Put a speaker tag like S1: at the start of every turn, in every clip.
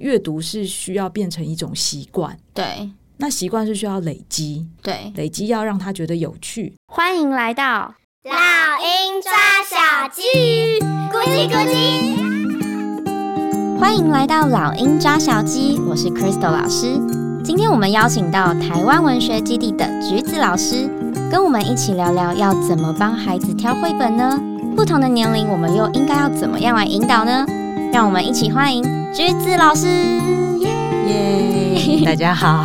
S1: 阅读是需要变成一种习惯，
S2: 对
S1: 那习惯是需要累积，
S3: 嗯
S2: 对，
S1: 累积要让他觉得有趣。
S2: 欢迎来到
S4: 老鹰抓小鸡，咕叽咕叽。
S2: 欢迎来到老鹰抓小鸡，我是 Crystal 老师。今天我们邀请到台湾文学基地的橘子老师，跟我们一起聊聊要怎么帮孩子挑绘本呢？不同的年龄，我们又应该要怎么样来引导呢？让我们一起欢迎橘子老师。
S3: 耶大家好，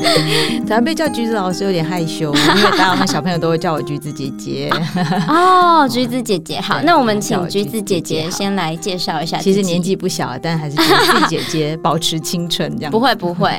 S3: 突然被叫橘子老师有点害羞，因为大部分小朋友都会叫我橘子姐 姐。
S1: 啊
S2: 哦，橘子姐姐好，
S3: 对
S2: 那我们请
S3: 叫我
S2: 橘子
S3: 橘子姐
S2: 姐姐
S3: 好
S2: 先来介绍一下自
S3: 其
S2: 己。
S3: 实年纪不小，但还是觉得自己姐姐 保持清纯这样。
S2: 不，会不会，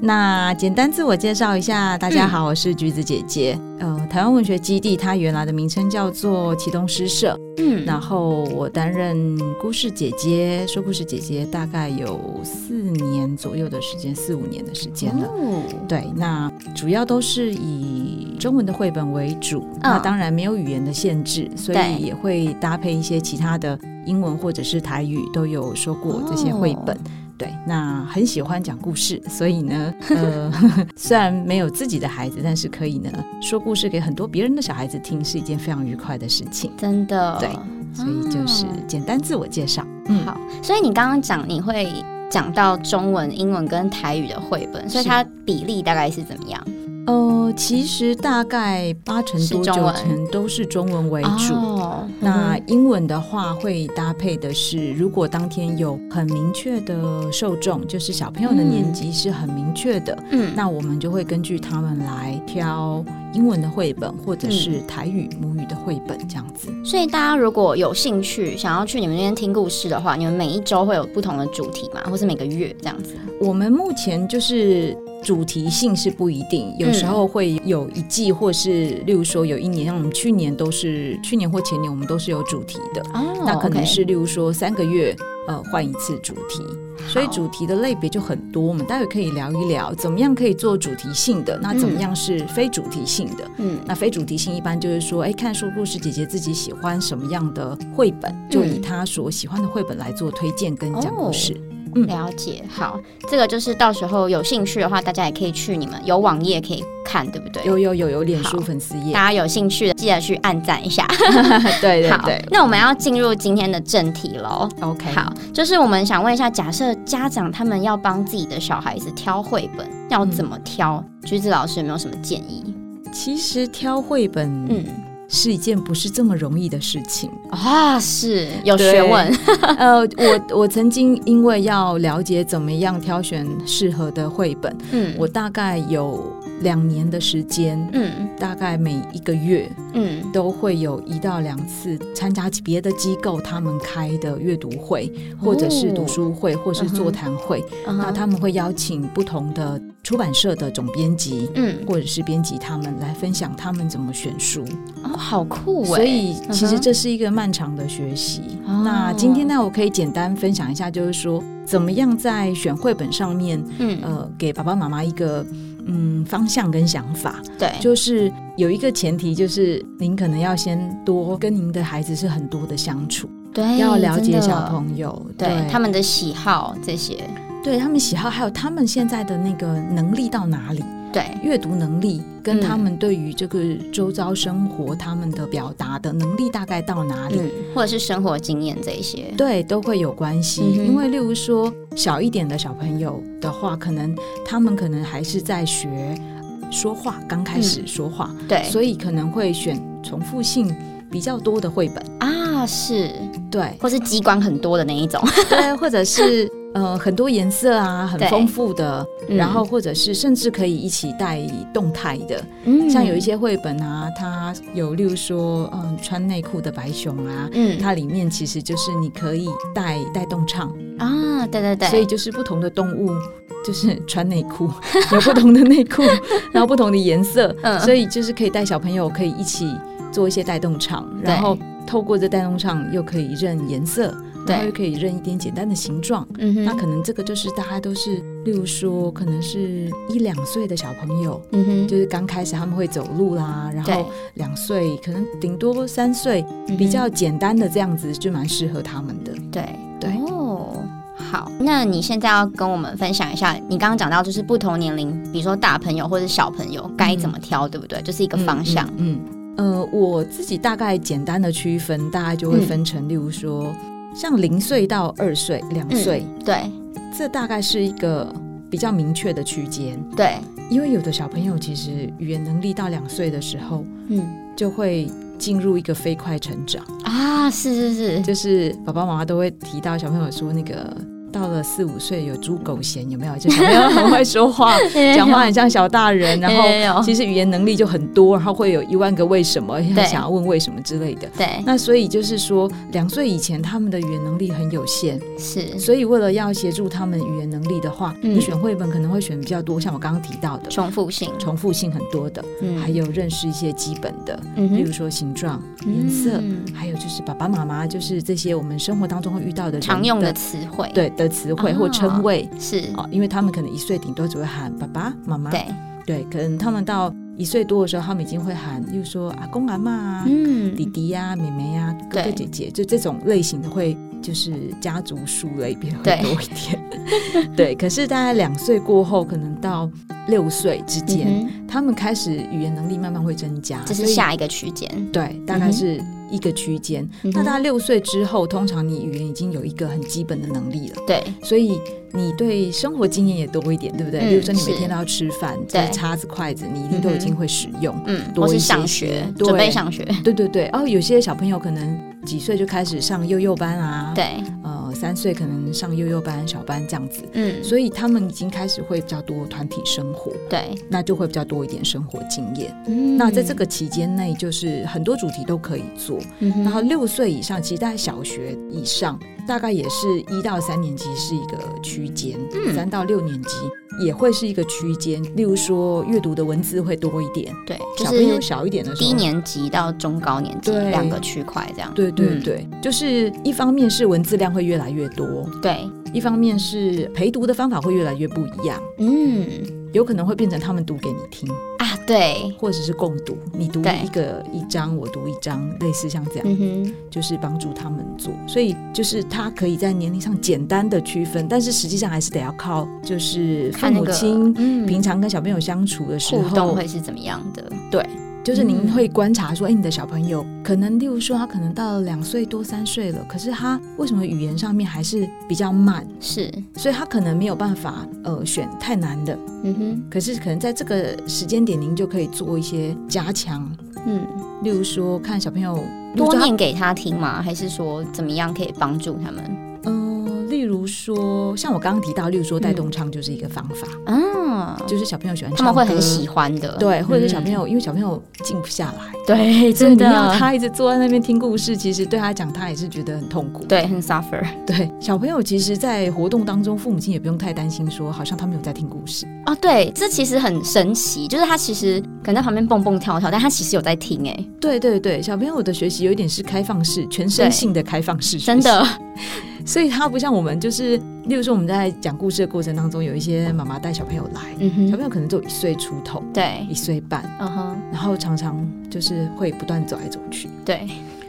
S3: 那简单自我介绍一下，大家
S1: 嗯
S3: 好，我是橘子姐姐。呃，台湾文学基地它原来的名称叫做启东诗社，
S2: 嗯
S3: 然后我担任故事姐姐，说故事姐姐大概有四年左右的时间，四五年的时间了。
S2: 哦
S3: 对，那主要都是以中文的绘本为主，那当然没有语言的限制，所
S2: 嗯对
S3: 以也会搭配一些其他的英文或者是台语都有说过这些绘本。
S2: 哦
S3: 对，那很喜欢讲故事，所以 呢，呃， 虽然没有自己的孩子，但是可以呢说故事给很多别人的小孩子听，是一件非常愉快的事情。
S2: 真的
S3: 对所以就是
S2: 哦
S3: 简单自我介绍，嗯，
S2: 好，所以你刚刚讲你会讲到中文、英文跟台语的绘本，所以
S3: 是
S2: 它比例大概是怎么样？
S3: 呃，其实大概八成
S2: 是
S3: 多
S2: 中
S3: 九
S2: 文
S3: 成都是中文为主。
S2: 哦
S3: 那
S2: 嗯
S3: 英文的话，会搭配的是，如果当天有很明确的受众，就是小朋友的年级是很明确的，
S2: 嗯
S3: 那我们就会根据他们来挑英文的绘本，或者是
S2: 嗯
S3: 台语母语的绘本这样子。
S2: 所以大家如果有兴趣想要去你们那边听故事的话，你们每一周会有不同的主题嘛，或是每个月这样子？
S3: 我们目前就是。主题性是不一定，有时候会有一季，或是例如说有一年，像我们去年都是去年或前年，我们都是有主题的。
S2: 哦
S3: 那可能
S2: OK
S3: 是例如说三个月，呃，换一次主题，所以
S2: 好
S3: 主题的类别就很多。我们待会可以聊一聊，怎么样可以做主题性的，那怎么
S2: 嗯
S3: 样是非主题性的？
S2: 嗯
S3: 那非主题性一般就是说，哎，看说故事姐姐自己喜欢什么样的绘本，就以
S2: 嗯
S3: 她所喜欢的绘本来做推荐跟讲
S2: 哦
S3: 故事。嗯
S2: 了解，好，这个就是到时候有兴趣的话，大家也可以去你们有网页可以看，对不对？
S3: 有有有有脸
S2: 好
S3: 书粉丝页
S2: 大，家有兴趣的记得去按赞一下。
S3: 对对
S2: 好
S3: 对，
S2: 那我们要进入今天的正题喽。
S3: ，OK，
S2: 好，就是我们想问一下，假设家长他们要帮自己的小孩子挑绘本，要怎么挑？橘子老师有没有什么建议？
S3: 其实挑绘本，
S2: 嗯，
S3: 是一件不是这么容易的事情。
S2: 啊，是有学问，
S3: 呃，我我曾经因为要了解怎么样挑选适合的绘本，
S2: 嗯，
S3: 我大概有两年的时间，
S2: 嗯
S3: 大概每一个月
S2: 嗯
S3: 都会有一到两次参加别的机构他们开的阅读会，或者是读书会，或是座谈会。
S2: 哦嗯
S3: 那
S2: 哼
S3: 他们会邀请不同的出版社的总编辑。
S2: 嗯，
S3: 或者是编辑他们来分享他们怎么选书，
S2: 哦，好酷哎，
S3: 所以其
S2: 嗯
S3: 实
S2: 哼
S3: 这是一个漫长的学习。
S2: 哦
S3: 那今天呢，我可以简单分享一下，就是说怎么样在选绘本上面，
S2: 嗯，
S3: 呃，给爸爸妈妈一个嗯方向跟想法。
S2: 对，
S3: 就是有一个前提，就是您可能要先多跟您的孩子是很多的相处，
S2: 对，
S3: 要了解
S2: 哎真的
S3: 小。朋友，
S2: 对他们的喜好这些，
S3: 对他们喜好，还有他们现在的那个能力到哪里，
S2: 对，
S3: 阅读能力跟
S2: 嗯
S3: 他们对于这个周遭生活、他们的表达的能力大概到哪里。
S2: 嗯，或者是生活经验这一些，
S3: 对，都会有关系。
S2: 嗯哼
S3: 因为例如说小一点的小朋友的话，可能他们可能还是在学说话，刚开始说话，
S2: 对，
S3: 所以可能会选重复性比较多的绘本，
S2: 啊是，
S3: 对
S2: 或是机关很多的那一种，
S3: 对，或者是。呃，很多颜色啊，很
S2: 对
S3: 丰富的，
S2: 嗯
S3: 然后或者是甚至可以一起带动态的，
S2: 嗯
S3: 像有一些绘本啊，它有例如说，嗯，穿内裤的白熊啊，
S2: 嗯
S3: 它里面其实就是你可以带带动唱，
S2: 啊，对对对，
S3: 所以就是不同的动物就是穿内裤， 有不同的内裤， 然后不同的颜色，
S2: 嗯
S3: 所以就是可以带小朋友可以一起做一些带动唱，然后透过这带动唱又可以认颜色，
S2: 对
S3: 然后又可以认一点简单的形状。
S2: 嗯哼，
S3: 那可能这个就是大家都是，例如说可能是一两岁的小朋友。
S2: 嗯哼，
S3: 就是刚开始他们会走路啦，然
S2: 对
S3: 后两岁可能顶多三岁，
S2: 嗯哼
S3: 比较简单的这样子就蛮适合他们的。
S2: 对
S3: 对
S2: 哦，好，那你现在要跟我们分享一下，你刚刚讲到就是不同年龄，比如说大朋友或者小朋友该怎么挑，对不对？就是一个方向。
S3: 嗯，嗯呃，我自己大概简单的区分，大概就会
S2: 嗯
S3: 分成，例如说，像零岁到二岁、两岁，
S2: 对
S3: 这大概是一个比较明确的区间。
S2: 对，
S3: 因为有的小朋友其实语言能力到两岁的时候，
S2: 嗯
S3: 就会进入一个飞快成长，
S2: 啊，是是是，
S3: 就是爸爸妈妈都会提到小朋友说那个。到了四五岁有猪狗嫌有没有？就小朋友很会说话， 讲话很像小大人，然后
S2: 后
S3: 其实语言能力就很多，然后会有一万个为什么，很
S2: 对
S3: 想要问为什么之类的。
S2: 对
S3: 那所以就是说，两岁以前他们的语言能力很有限，
S2: 是
S3: 所以为了要协助他们语言能力的话，
S2: 嗯
S3: 你选绘本可能会选比较多，像我刚刚提到的，
S2: 重复性，
S3: 重复性很多的，
S2: 嗯
S3: 还有认识一些基本的，
S2: 嗯
S3: 例如
S2: 哼
S3: 说形状、颜色，
S2: 嗯
S3: 还有就是爸爸妈妈，就是这些我们生活当中会遇到的人
S2: 常用的词汇，
S3: 对的词汇或
S2: 哦
S3: 称谓。
S2: 是，
S3: 哦，因为他们可能一岁顶多只会喊爸爸妈妈，
S2: 对，
S3: 对，可能他们到一岁多的时候，他们已经会喊，例如说阿公阿妈啊、
S2: 嗯
S3: 弟弟呀、妹妹呀、哥哥
S2: 对
S3: 姐姐，就这种类型的会就是家族数类别会
S2: 对
S3: 多一点。 对，可是大概两岁过后，可能到六岁之间，
S2: 嗯哼
S3: 他们开始语言能力慢慢会增加，
S2: 这是
S3: 所以
S2: 下一个区间。
S3: 对，大概是一个区间。
S2: 嗯
S3: 那大
S2: 哼
S3: 概六岁之后，通常你语言已经有一个很基本的能力了。
S2: 对
S3: 所以你对生活经验也多一点，对不对？
S2: 嗯
S3: 比如说你每
S2: 是
S3: 天都要吃饭，就
S2: 对
S3: 是叉子、筷子，你一定都已经会使用。
S2: 嗯，
S3: 多
S2: 或是
S3: 一些些
S2: 上学，
S3: 对
S2: 准备上学，
S3: 对对对，哦，有些小朋友可能几岁就开始上幼幼班啊，，
S2: 对，
S3: 呃，三岁可能上幼幼班、小班这样子，
S2: 嗯，
S3: 所以他们已经开始会比较多团体生活，
S2: 对，
S3: 那就会比较多一点生活经验。
S2: 嗯
S3: 那在这，个期间内，就是很多主题都可以做。
S2: 嗯哼
S3: 然后六岁以上，其实在小学以上，大概也是一到三年级是一个区间，
S2: 嗯
S3: 三、到六年级也会是一个区间。例如说，阅读的文字会多一点，
S2: 对，就
S3: 小朋友
S2: 是
S3: 小一点的时候，
S2: 低年级到中高年级
S3: 对
S2: 两个区块这样，
S3: 对对
S2: 嗯
S3: 对，就是一方面是文字量会越来越多，
S2: 对，
S3: 一方面是陪读的方法会越来越不一样，
S2: 嗯
S3: 有可能会变成他们读给你听，
S2: 啊，对，
S3: 或者是共读，你读
S2: 对
S3: 一个一章，我读一章，类似像这样。
S2: 嗯哼，
S3: 就是帮助他们做，所以就是他可以在年龄上简单的区分，但是实际上还是得要靠就是父
S2: 看那
S3: 母
S2: 个
S3: 亲
S2: 嗯
S3: 平常跟小朋友相处的时
S2: 互动嗯
S3: 候，
S2: 会是怎么样的？
S3: 对，就是
S2: 嗯
S3: 您会观察说，哎、你的小朋友可能，例如说他可能到了两岁多三岁了，可是他为什么语言上面还是比较慢？
S2: 是，
S3: 所以他可能没有办法呃选太难的，
S2: 嗯哼，
S3: 可是可能在这个时间点，您就可以做一些加强，
S2: 嗯，
S3: 例如说看小朋友例如
S2: 多
S3: 说他
S2: 念给他听吗？还是说怎么样可以帮助他们？
S3: 嗯，例如说，像我刚刚提到，例如说带动唱就是一个方法，
S2: 啊，
S3: 就是小朋友喜欢唱
S2: 嗯他们会很
S3: 歌
S2: 喜欢的，
S3: 对，或者是小朋
S2: 嗯
S3: 友，因为小朋友静不下来，
S2: 对，
S3: 所以
S2: 真
S3: 你要
S2: 的，
S3: 他一直坐在那边听故事，其实对他讲，他也是觉得很痛苦。
S2: 对，很 suffer
S3: 对，小朋友其实，在活动当中，父母亲也不用太担心说，好像他没有在听故事。
S2: 哦，对，这其实很神奇，就是他其实可能在旁边蹦蹦跳跳，但他其实有在听，哎，
S3: 对对对，小朋友的学习有一点是开放式、全身
S2: 对
S3: 性的开放式，
S2: 真的，
S3: 所以他不像我们，就是例如说我们在讲故事的过程当中，有一些妈妈带小朋友来，
S2: 嗯
S3: 小
S2: 哼，
S3: 朋友可能只有一岁出头、
S2: 对
S3: 一，岁半，
S2: 嗯哼，
S3: 然后常常就是会不断走来走去，
S2: 对，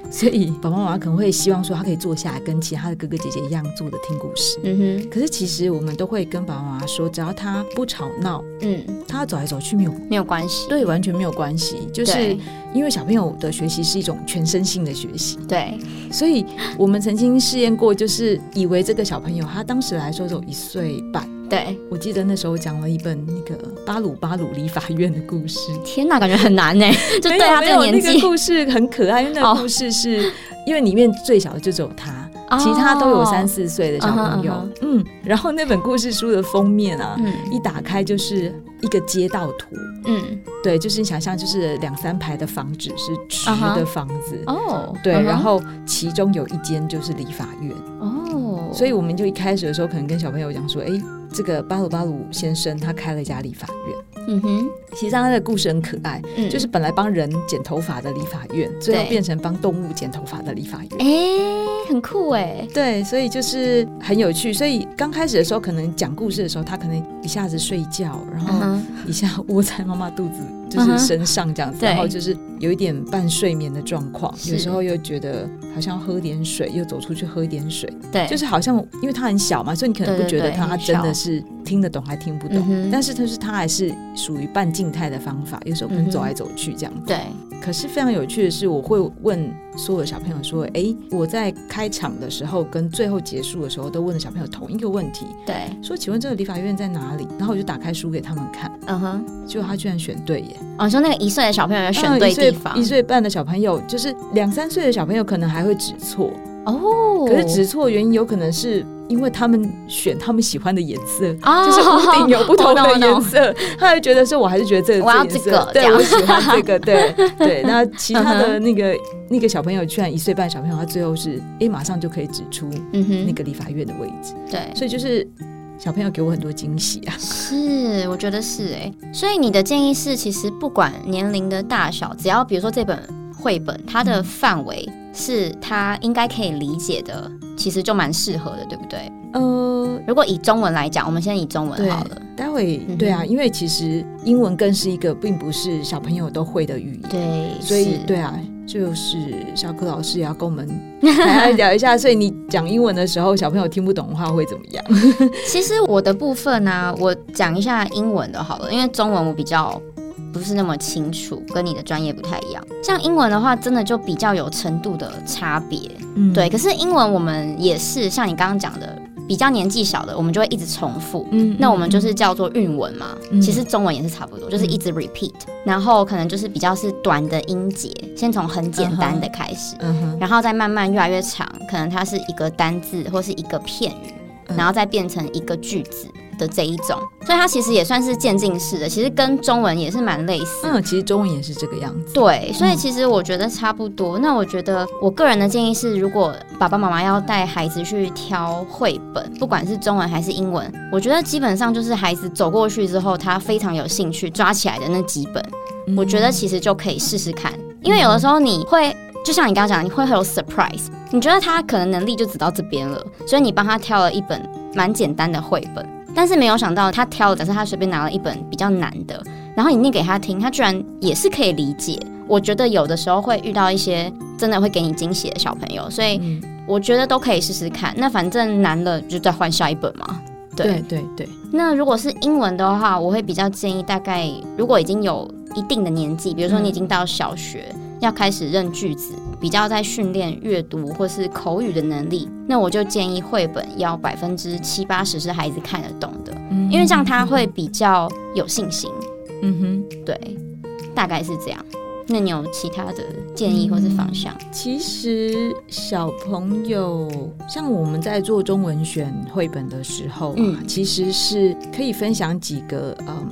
S3: 所以爸爸妈妈可能会希望说他可以坐下来跟其他的哥哥姐姐一样坐着听故事。
S2: 嗯哼，
S3: 可是其实我们都会跟爸爸妈妈说，只要他不吵闹，
S2: 嗯，
S3: 他走来走去没有
S2: 没有关系，
S3: 对完全没有关系，就是
S2: 对
S3: 因为小朋友的学习是一种全身性的学习，
S2: 对，
S3: 所以我们曾经试验过，就是以为这个小朋友他当时来说只有一岁半，
S2: 对，
S3: 我记得那时候讲了一本那个巴鲁巴鲁理法院的故事，
S2: 天哪，感觉很 难哎，就
S3: 没
S2: 对
S3: 有
S2: 他
S3: 没
S2: 这
S3: 有
S2: 年
S3: 那个
S2: 纪，
S3: 故事很可爱，因为那
S2: 哦
S3: 个故事是、因为里面最小的就只有他，
S2: 哦
S3: 其他都有三，四岁的小朋友。
S2: 嗯哼
S3: 嗯然后那本故事书的封面啊，
S2: 嗯
S3: 一打开就是一个街道图，
S2: 嗯，
S3: 对，就是你想象就是两三排的房子是直
S2: 嗯哼
S3: 的房子。
S2: 哦，
S3: 对
S2: 嗯哼
S3: 然后其中有一间就是理法院，
S2: 哦，
S3: 所
S2: 以
S3: 以我们就一开始的时候可能跟小朋友讲说，哎，这个巴鲁巴鲁先生他开了一家理发院，
S2: 嗯哼，
S3: 其实他的故事很可爱，
S2: 嗯
S3: 就是本来帮人剪头发的理发院，最后
S2: 对
S3: 变成帮动物剪头发的理发院。
S2: 哎，很酷哎，
S3: 对，所以就是很有趣。所以刚开始的时候，可能讲故事的时候，他可能一下子睡觉，然
S2: 嗯
S3: 后
S2: 哼
S3: 一下窝在妈妈肚子，就
S2: 嗯哼
S3: 是身上这样子，
S2: 对
S3: 然后就是有一点半睡眠的状况，
S2: 是
S3: 有时候又觉得好像喝点水，又走出去喝点水，
S2: 嗯对，
S3: 就是好像因为他很小嘛，所以你可能
S2: 对
S3: 不
S2: 对
S3: 觉得
S2: 对
S3: 他
S2: 很
S3: 真
S2: 小
S3: 的是听得懂还听不
S2: 嗯
S3: 懂，
S2: 哼
S3: 但是他是他还是属于半静态的方法，有时候可
S2: 嗯
S3: 能
S2: 哼
S3: 走来走去这样子。
S2: 对，
S3: 可是非常有趣的是，我会问所有的小朋友说：“诶，我在开场的时候跟最后结束的时候都问了小朋友同一个问题，
S2: 对，
S3: 说请问这个理发院在哪里？”然后我就打开书给他们看，
S2: 嗯哼，
S3: 结果他居然选对耶！
S2: 哦，你说那个一岁的小朋友要啊选
S3: 嗯
S2: 对
S3: 一岁
S2: 地方
S3: 一，岁半的小朋友，就是两三岁的小朋友可能还会指错，
S2: 哦，
S3: 可是指错的原因有可能是因为他们选他们喜欢的颜色。
S2: 哦，
S3: 就是屋顶有不同
S2: 我懂
S3: 的
S2: 我懂
S3: 颜色，他会觉得说，我还是觉得这个
S2: 我要
S3: 颜色
S2: 这个这
S3: 对
S2: 样嗯
S3: 我喜欢这个， 对对。那其他的那个那个小朋友，居然一岁半小朋友，他最后是诶，马上就可以指出
S2: 嗯哼，
S3: 那个理发院的位置，
S2: 对，
S3: 所以就是小朋友给我很多惊喜啊。
S2: 是，我觉得是哎、所以你的建议是，其实不管年龄的大小，只要比如说这本绘本，它的范围是他应该可以理解的，其实就蛮适合的，对不对？
S3: 呃，
S2: 如果以中文来讲，我们先以中文
S3: 对
S2: 好了。
S3: 待会
S2: 嗯哼
S3: 对啊，因为其实英文更是一个并不是小朋友都会的语言，
S2: 对，
S3: 所以
S2: 是
S3: 对啊，就是小柯老师也要跟我们 来聊一下。所以你讲英文的时候，小朋友听不懂的话会怎么样？
S2: 其实我的部分呢、我讲一下英文的好了，因为中文我比较不是那么清楚，跟你的专业不太一样。像英文的话，真的就比较有程度的差别。
S3: 嗯
S2: 对，可是英文我们也是像你刚刚讲的，比较年纪小的，我们就会一直重复。
S3: 嗯
S2: 那我们就是叫做韵文嘛，
S3: 嗯
S2: 其实中文也是差不多，就是一直 repeat，、然后可能就是比较是短的音节，先从很简单的开始，
S3: 嗯哼，
S2: 然后再慢慢越来越长，可能它是一个单字或是一个片语，
S3: 嗯
S2: 然后再变成一个句子的这一种，所以它其实也算是渐进式的，其实跟中文也是蛮类似的
S3: 嗯，其实中文也是这个样子。
S2: 对，所以其实我觉得差不多。那我觉得我个人的建议是，如果爸爸妈妈要带孩子去挑绘本，不管是中文还是英文，我觉得基本上就是孩子走过去之后，他非常有兴趣抓起来的那几本，我觉
S3: 嗯
S2: 得其实就可以试试看，因为有的时候你会。就像你刚刚讲，你会很有 surprise，你觉得他可能能力就只到这边了，所以你帮他挑了一本蛮简单的绘本，但是没有想到他挑了，假设他随便拿了一本比较难的，然后你念给他听，他居然也是可以理解。我觉得有的时候会遇到一些真的会给你惊喜的小朋友，所以
S3: 嗯
S2: 我觉得都可以试试看。那反正难了就再换下一本嘛。对
S3: 对对对，
S2: 那如果是英文的话，我会比较建议，大概如果已经有一定的年纪，比如说你已经到小学，要开始认句子，比较在训练阅读或是口语的能力，那我就建议绘本要百分之七八十是孩子看得懂的，
S3: 嗯
S2: 因为这样他会比较有信心。
S3: 嗯哼，
S2: 对，大概是这样。那你有其他的建议或是方向？
S3: 其实小朋友像我们在做中文选绘本的时候啊，
S2: 嗯
S3: 其实是可以分享几个嗯，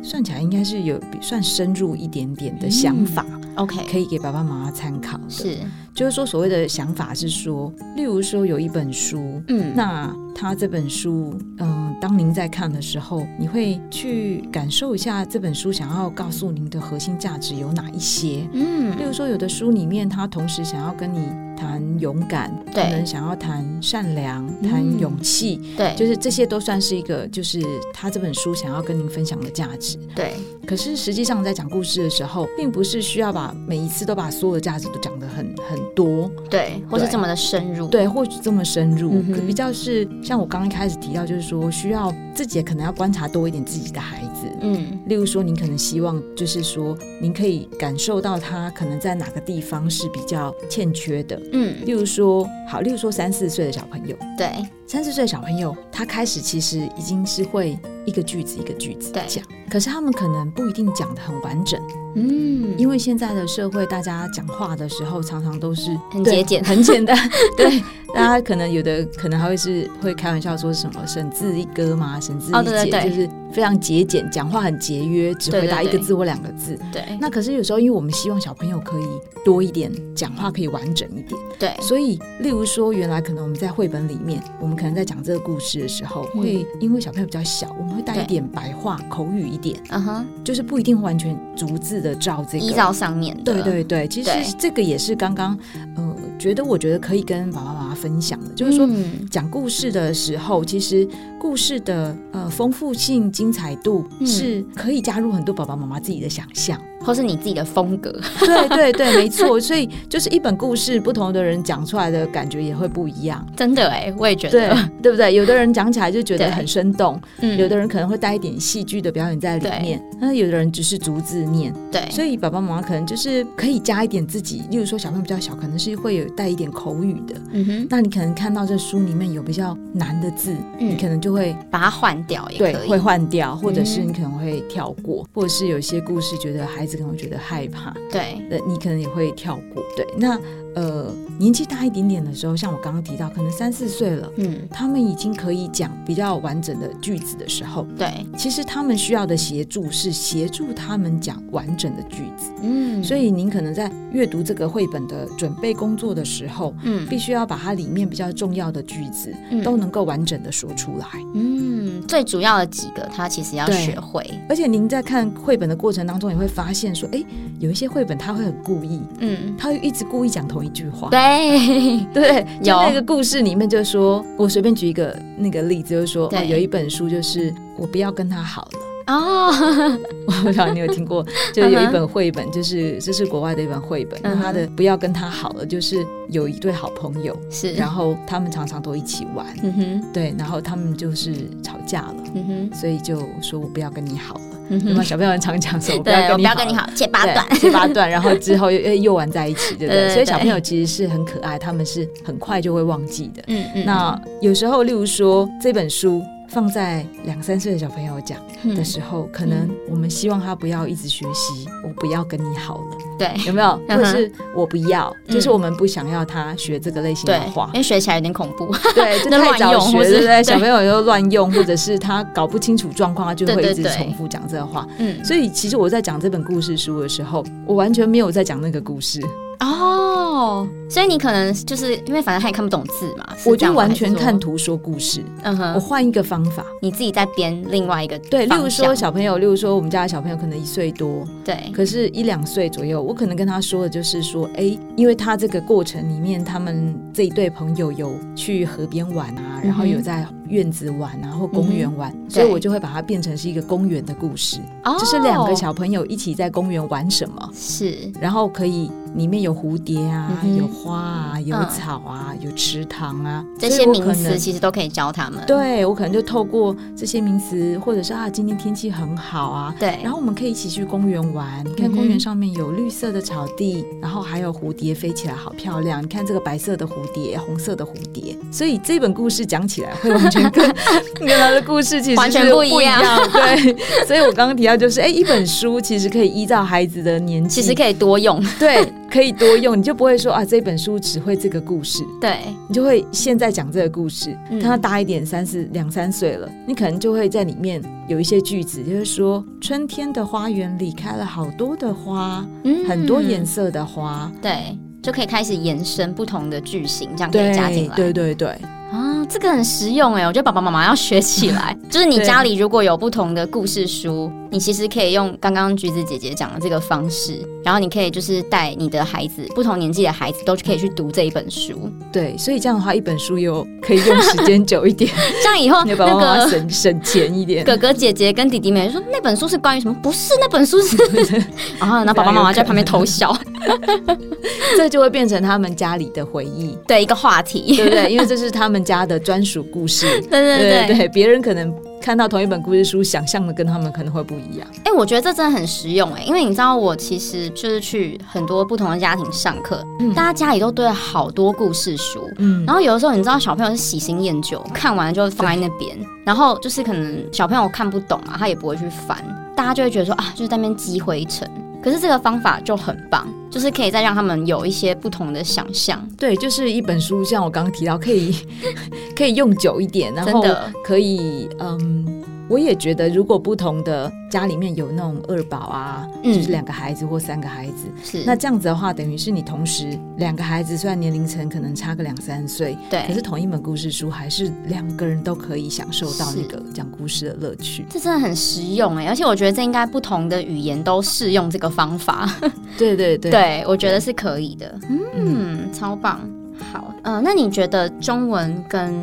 S3: 算起来应该是有比算深入一点点的想法，
S2: OK，
S3: 可以给爸爸妈妈参考的。
S2: 嗯是，
S3: 就是说所谓的想法是说，例如说有一本书，
S2: 嗯，
S3: 那他这本书，嗯、当您在看的时候，你会去感受一下这本书想要告诉您的核心价值有哪一些。例
S2: 嗯，
S3: 如说，有的书里面，他同时想要跟你谈勇敢，可能
S2: 对
S3: 想要谈善良、
S2: 嗯
S3: 谈勇气，就
S2: 对
S3: 是这些都算是一个，就是他这本书想要跟您分享的价值。
S2: 对，
S3: 可是实际上，在讲故事的时候，并不是需要把每一次都把所有的价值都讲得很很多，
S2: 对，或是
S3: 对
S2: 这么的深入，
S3: 对，或许这么深入，
S2: 嗯哼
S3: 可比较是像我刚刚一开始提到，就是说需要自己也可能要观察多一点自己的孩子。
S2: 嗯，
S3: 例如说，您可能希望就是说，您可以感受到他可能在哪个地方是比较欠缺的。
S2: 嗯
S3: 例如说，好，例如说三四岁的小朋友，
S2: 对，
S3: 三四岁的小朋友，他开始其实已经是会一个句子一个句子
S2: 对
S3: 讲，可是他们可能不一定讲得很完整，
S2: 嗯，
S3: 因为现在的社会，大家讲话的时候常常都是
S2: 很
S3: 对
S2: 节俭
S3: 很简单。对，大家可能有的可能还会是会开玩笑说什么“省字一哥”嘛，“省字
S2: 哦
S3: 一姐”
S2: 对对对
S3: 就是非常节俭，讲话很节约，只
S2: 对
S3: 回
S2: 对
S3: 答一
S2: 对
S3: 个字或两个字。
S2: 对
S3: 那可是有时候，因为我们希望小朋友可以多一点讲话，可以完整一点，
S2: 对，
S3: 所以，例如说，原来可能我们在绘本里面，我们可能在讲这个故事的时候，
S2: 嗯
S3: 会因为小朋友比较小，我们会带
S2: 对
S3: 一点白话、口语一点，
S2: 嗯哼，
S3: 就是不一定完全逐字的照这个
S2: 依照上面的，
S3: 对对对，其实
S2: 对
S3: 这个也是刚刚呃，觉得我觉得可以跟爸爸妈妈分享的，就是说
S2: 嗯
S3: 讲故事的时候，其实故事的呃丰富性、精彩度
S2: 嗯
S3: 是可以加入很多爸爸妈妈自己的想象。
S2: 或是你自己的风格，
S3: 对对对，没错。所以就是一本故事，不同的人讲出来的感觉也会不一样。
S2: 真的哎，我也觉
S3: 对
S2: 得，
S3: 对不对？有的人讲起来就觉得
S2: 对
S3: 很生动，
S2: 嗯
S3: 有的人可能会带一点戏剧的表演在里
S2: 对
S3: 面，那有的人只是逐字念。
S2: 对，
S3: 所以爸爸妈妈可能就是可以加一点自己，例如说小朋友比较小，可能是会有带一点口语的。
S2: 嗯哼，
S3: 那你可能看到这书里面有比较难的字，
S2: 嗯
S3: 你可能就会
S2: 把它换掉也
S3: 对
S2: 可以，
S3: 会换掉，或者是
S2: 嗯
S3: 你可能会跳过，或者是有些故事觉得孩子可能会觉得害怕，
S2: 对
S3: 呃，你可能也会跳过。对，那呃年纪大一点点的时候，像我刚刚提到，可能三四岁了。
S2: 嗯，
S3: 他们已经可以讲比较完整的句子的时候，
S2: 对，
S3: 其实他们需要的协助是协助他们讲完整的句子。
S2: 嗯，
S3: 所
S2: 以，
S3: 以您可能在阅读这个绘本的准备工作的时候，
S2: 嗯
S3: 必须要把它里面比较重要的句子
S2: 嗯
S3: 都能够完整的说出来。
S2: 嗯，最主要的几个，他其实要
S3: 对
S2: 学会，
S3: 而且您在看绘本的过程当中，也会发现说，诶，有一些绘本它会很故意，
S2: 嗯，
S3: 它会一直故意讲同一句话。
S2: 对，
S3: 对不对，就
S2: 有
S3: 那个故事里面就说，我随便举一个那个例子，就是说，
S2: 对
S3: 哦，有一本书就是我不要跟他好了。
S2: 哦，
S3: 我不知道你有听过，就是
S2: 嗯
S3: 有
S2: 哼
S3: 一本绘本，就是这是国外的一本绘本，那
S2: 嗯哼
S3: 它的不要跟他好了，就是有一对好朋友，
S2: 是，
S3: 然，后他们常常都一起玩，
S2: 嗯哼，
S3: 对，然后他们就是吵架了，
S2: 嗯哼，
S3: 所以就说我不要跟你好了。
S2: 嗯
S3: 那么
S2: 哼，
S3: 小朋友很常讲 说，我不
S2: 对，
S3: 要跟
S2: 我不
S3: 你
S2: 要
S3: 好
S2: 跟你
S3: 了。
S2: 好，切八段，
S3: 对，切八段，然后之后又又又玩在一起，对不对？
S2: 对对
S3: 所以小
S2: 对
S3: 朋友其实是很可爱，他们是很快就会忘记的。
S2: 嗯嗯，
S3: 那有时候，例如说这本书放在两三岁的小朋友讲
S2: 嗯
S3: 的时候，可能我们希望他不要一直学习，我不要跟你好了，
S2: 对。
S3: 有没有？
S2: 嗯
S3: 或
S2: 哼
S3: 者是我不要，
S2: 嗯
S3: 就是我们不想要他学这个类型
S2: 对
S3: 的话，
S2: 因。为学起来有点恐 怖。
S3: 对，就
S2: 那
S3: 太
S2: 乱
S3: 早
S2: 用
S3: 学，
S2: 或是
S3: 对不对？
S2: 对
S3: 小朋友又乱用，或者是他搞不清楚状况，他就会
S2: 对
S3: 一
S2: 对
S3: 直
S2: 对
S3: 重复讲这个话。
S2: 嗯，
S3: 所以其实我在讲这本故事书的时候，我完全没有在讲那个故事，
S2: 哦，所以你可能就是因为反正他也看不懂字嘛，是
S3: 我
S2: 这
S3: 就
S2: 样吗
S3: 完全看，
S2: 还是
S3: 图说故事。
S2: 说嗯
S3: 我
S2: 哼，
S3: 换一个方法，
S2: 你自己在编另外一个
S3: 对，例如
S2: 方
S3: 说
S2: 向
S3: 小朋友，例如说我们家的小朋友可能一岁多，
S2: 对，
S3: 可是一两岁左右，我可能跟他说的就是说，哎，因为他这个过程里面，他们这一对朋友有去河边玩
S2: 嗯
S3: 啊，然后有在院子玩啊，或公园玩，所以我就会把它变成是一个公园的故事，
S2: 哦
S3: 就是两个小朋友一起在公园玩什么。
S2: 是
S3: 然后可以里面有蝴蝶啊
S2: 嗯，哼
S3: 有花啊，有
S2: 嗯
S3: 草啊，有池塘啊，
S2: 这
S3: 所
S2: 些
S3: 以我
S2: 名
S3: 可
S2: 词
S3: 能
S2: 其实都可以教他们。
S3: 对我可能就透过这些名词，或者是啊，今天天气很好啊，
S2: 对，
S3: 然后我们可以一起去公园玩。你看
S2: 嗯哼
S3: 公园上面有绿色的草地，然后还有蝴蝶飞起来，好漂亮。你看这个白色的蝴蝶，红色的蝴蝶。所以这本故事讲起来会完全 跟原来的故事其实
S2: 完全
S3: 是
S2: 不
S3: 不
S2: 一
S3: 一
S2: 样。
S3: 对，所以我刚刚提到就是，哎，一本书其实可以依照孩子的年纪，
S2: 其实可以多用。
S3: 对可以多用，你就不会说啊这本书只会这个故事。
S2: 对，
S3: 你就会现在讲这个故事，
S2: 嗯
S3: 当他大一点，三四两三岁了，你可能就会在里面有一些句子，就是说春天的花园里开了好多的花，
S2: 嗯
S3: 很多颜，色的花，
S2: 对，就可以开始延伸不同的句型，这样可以
S3: 对
S2: 加进来。
S3: 对对对，
S2: 啊，这个很实用哎，我觉得爸爸妈妈要学起 来。就是你
S3: 对
S2: 家里如果有不同的故事书，你其实可以用刚刚橘子姐姐讲的这个方式，然后你可以就是带你的孩子，不同年纪的孩子都可以去读这一本 书，
S3: 对，所以这样的话，一本书又可以用时间久一 点，
S2: 这样以后
S3: 你
S2: 那
S3: 的爸爸妈妈
S2: 个。
S3: 省省钱一点。
S2: 哥哥姐姐跟弟弟妹妹说那本书是关于什么？不是那本 书是，然后然后爸爸妈妈就在旁边偷笑，
S3: 这就会变成他们家里的回 忆，
S2: 对一个话题，
S3: 对不对？因为这是他们家的专属故事。
S2: 对对对
S3: 对对，别人可能看到同一本故事书，想象的跟他们可能会不一样。
S2: 哎、我觉得这真的很实用哎、因为你知道我其实就是去很多不同的家庭上课，大家家里都堆了好多故事书。
S3: 嗯
S2: 然后有的时候，你知道小朋友是喜新厌旧，看完就放在那边，然后就是可能小朋友看不懂啊嘛，他也不会去翻，大家就会觉得说啊，就是在那边积灰尘。可是这个方法就很棒，就是可以再让他们有一些不同的想象，
S3: 对，就是一本书，像我刚刚提到，可以可以用久一点，然
S2: 真
S3: 后
S2: 的，
S3: 可以，嗯，我也觉得，如果不同的家里面有那种二宝啊，
S2: 嗯
S3: 就是两个孩子或三个孩子，
S2: 是
S3: 那这样子的话，等于是你同时两个孩子，虽然年龄层可能差个两三岁，可
S2: 对，
S3: 是同一本故事书，还是两个人都可以享受到那
S2: 是
S3: 个讲故事的乐趣。
S2: 这真的很实用哎、而且我觉得这应该不同的语言都适用这个方法。
S3: 对对对
S2: 嗯对，我觉得是可以的。嗯，超棒。好，嗯、呃，那你觉得中文跟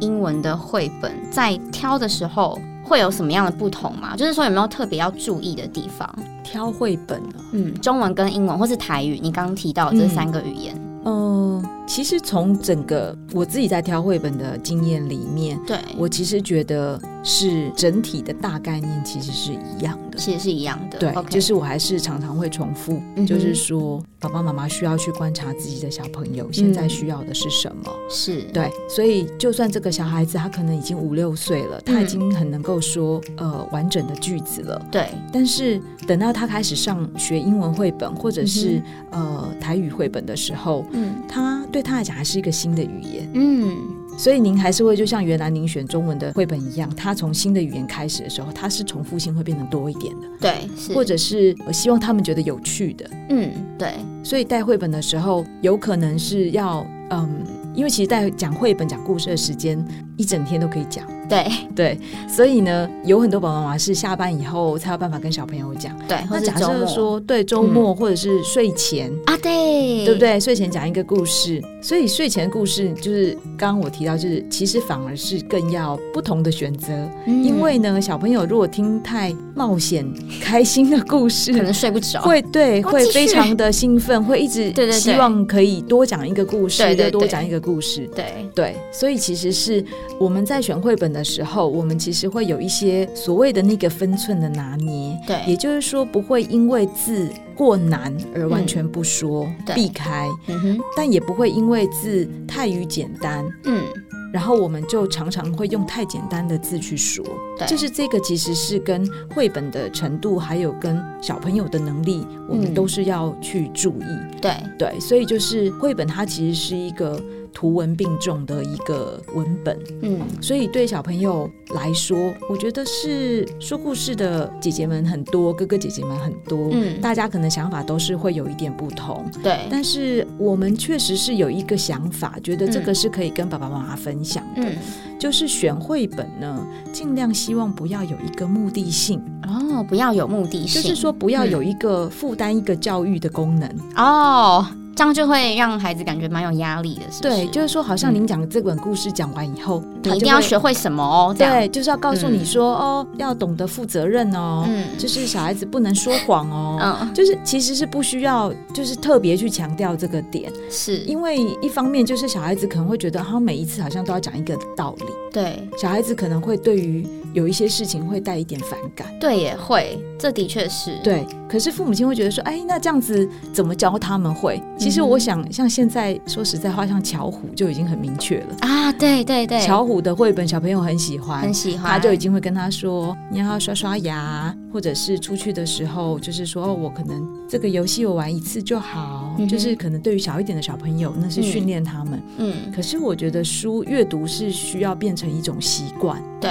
S2: 英文的绘本在挑的时候会有什么样的不同吗？就是说有没有特别要注意的地方？
S3: 挑绘本啊，
S2: 嗯，中文跟英文或是台语，你刚刚提到这三个语言，
S3: 嗯、其实从整个我自己在挑绘本的经验里面，
S2: 对，
S3: 我其实觉得是整体的大概念其实是一样的。
S2: 其实是一样的。
S3: 对
S2: o k
S3: 就是我还是常常会重复，
S2: 嗯哼
S3: 就是说爸爸妈妈需要去观察自己的小朋友现
S2: 嗯
S3: 在需要的是什么。
S2: 是，
S3: 对，所以就算这个小孩子他可能已经五六岁了，他
S2: 嗯
S3: 已经很能够说呃完整的句子了，
S2: 对，
S3: 但是等到他开始上学英文绘本或者是、呃台语绘本的时候，
S2: 嗯
S3: 他对他来讲还是一个新的语言，
S2: 嗯，
S3: 所以您还是会就像原来您选中文的绘本一样，他从新的语言开始的时候，它是重复性会变得多一点的，
S2: 对，是，
S3: 或者是呃希望他们觉得有趣的。
S2: 嗯，对，
S3: 所以带绘本的时候，有可能是要嗯，因为其实带讲绘本、讲故事的时间一整天都可以讲，
S2: 对
S3: 对，所以呢，有很多爸爸妈妈是下班以后才有办法跟小朋友讲。
S2: 对，或
S3: 那
S2: 是
S3: 假
S2: 周
S3: 设
S2: 末嗯
S3: 说，对周末或者是睡前，
S2: 啊，对，
S3: 对不？对？睡前讲一个故事，所以睡前的故事就是刚刚我提到，就是其实反而是更要不同的选择，
S2: 嗯
S3: 因为呢，小朋友如果听太冒险、开心的故
S2: 可
S3: 事。
S2: 能睡不着，
S3: 会对，
S2: 哦
S3: 会
S2: 继续
S3: 非常的兴 奋，会一直
S2: 对对对
S3: 希望可以多讲一个故事，
S2: 对对
S3: 又多
S2: 对
S3: 讲一个故事。
S2: 对，
S3: 对，所以其实是我们在选绘本的时候，我们其实会有一些所谓的那个分寸的拿捏。
S2: 对
S3: 也就是说不会因为字过难而完全不说，
S2: 嗯对
S3: 避开，
S2: 嗯哼，
S3: 但也不会因为字太于简单，
S2: 嗯，
S3: 然后我们就常常会用太简单的字去说。
S2: 对，
S3: 就是这个其实是跟绘本的程度，还有跟小朋友的能力，我
S2: 嗯
S3: 们都是要去注意。
S2: 对，
S3: 对，所以就是绘本，它其实是一个图文并重的一个文本，
S2: 嗯，
S3: 所以对小朋友来说，我觉得是说故事的姐姐们很多，哥哥姐姐们很多，
S2: 嗯
S3: 大家可能想法都是会有一点不同，
S2: 对，
S3: 但是我们确实是有一个想法，觉得这个
S2: 嗯
S3: 是可以跟爸爸妈妈分享的，
S2: 嗯，
S3: 就是选绘本呢，尽量希望不要有一个目的性，
S2: 哦，不要有目的
S3: 就
S2: 性，
S3: 是说不要
S2: 嗯
S3: 有一个负担一个教育的功能。
S2: 哦，这样就会让孩子感觉蛮有压力的，是不是？
S3: 对，就是说，好像您讲这本故事讲完以后，
S2: 他
S3: 你
S2: 一
S3: 就
S2: 定要
S3: 会
S2: 学会什么哦，这样，
S3: 对，就是要告诉你
S2: 嗯
S3: 说、哦，要懂得负责任哦，
S2: 嗯
S3: 就是小孩子不能说谎哦。
S2: 嗯，
S3: 就是其实是不需要，就是特别去强调这个点，
S2: 是，
S3: 因为一方面就是小孩子可能会觉得，他每一次好像都要讲一个道理，
S2: 对
S3: 小孩子可能会对于有一些事情会带一点反感，
S2: 对也会，这的确是，
S3: 对。可是父母亲会觉得说，哎，那这样子怎么教他们会？其实我
S2: 嗯
S3: 想，像现在说实在话，像巧虎就已经很明确了。
S2: 啊，对对对，
S3: 巧虎的绘本小朋友很喜
S2: 很
S3: 欢，
S2: 喜欢，
S3: 他就已经会跟他说你要刷刷牙，或者是出去的时候，就是说、哦我可能这个游戏我玩一次就好，
S2: 嗯哼
S3: 就是可能对于小一点的小朋友，那是训练他们。
S2: 嗯，
S3: 可是我觉得书阅读是需要变成一种习惯。
S2: 对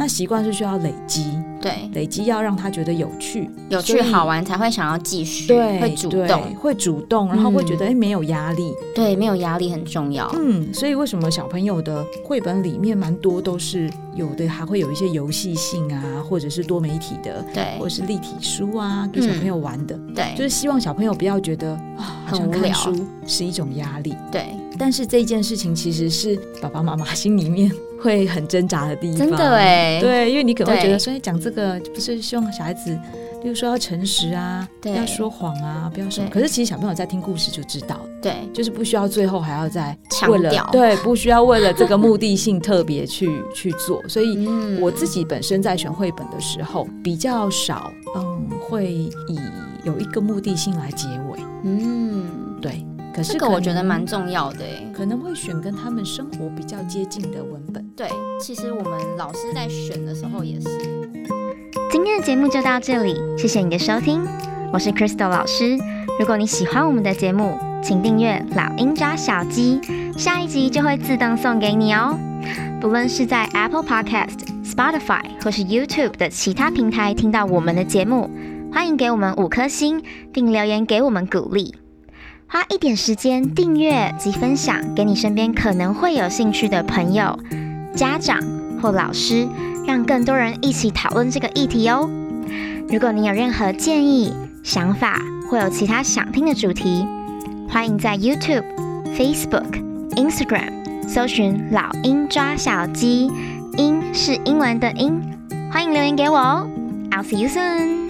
S3: 那习惯是需要累积，
S2: 对，
S3: 累积要让他觉得有趣，
S2: 有
S3: 所
S2: 趣
S3: 以
S2: 好玩才会想要继续，
S3: 对，
S2: 会主
S3: 对
S2: 动，
S3: 会主动，然后会觉得
S2: 嗯
S3: 哎、诶没有压力，
S2: 对，没有压力很重要，
S3: 嗯，所以为什么小朋友的绘本里面蛮多都是有的，还会有一些游戏性啊，或者是多媒体的，
S2: 对嗯
S3: 或者是立体书啊，给小朋友玩的，就
S2: 对
S3: 是希望小朋友不要觉得啊，好像
S2: 很无聊
S3: 看书是一种压力。
S2: 对，
S3: 但是这件事情其实是爸爸妈妈心里面会很挣扎的地方，
S2: 真的哎，
S3: 对，因为你可能会觉
S2: 对
S3: 得，所以讲这个不是希望小孩子，例如说要诚实啊，不
S2: 对
S3: 要说谎啊，不要什么。
S2: 对
S3: 可是其实小朋友在听故事就知道了。
S2: 对，
S3: 就是不需要最后还要再
S2: 强
S3: 为了
S2: 调
S3: 对，不需要为了这个目的性特别 去去做。所以
S2: 嗯
S3: 我自己本身在选绘本的时候比较少，嗯，会以有一个目的性来结尾。
S2: 嗯，
S3: 对，可是
S2: 这个
S3: 可
S2: 我觉得
S3: 能
S2: 蛮重要的哎。
S3: 可能会选跟他们生活比较接近的文本。
S2: 对，其实我们老师在选的时候也是。
S4: 今天的节目就到这里，谢谢你的收听，我是 Crystal 老师。如果你喜欢我们的节目，请订阅《老鹰抓小鸡》，下一集就会自动送给你哦。不论是在 Apple Podcast、Spotify 或是 YouTube 的其他平台听到我们的节目，欢迎给我们五颗星，并留言给我们鼓励。花一点时间订阅及分享给你身边可能会有兴趣的朋友、家长或老师。让更多人一起讨论这个议题哦。如果你有任何建议、想法，或有其他想听的主题，欢迎在 YouTube、Facebook、 Instagram 搜寻“老鹰抓小鸡”，鹰是英文的鹰。欢迎留言给我哦，I'll see you soon。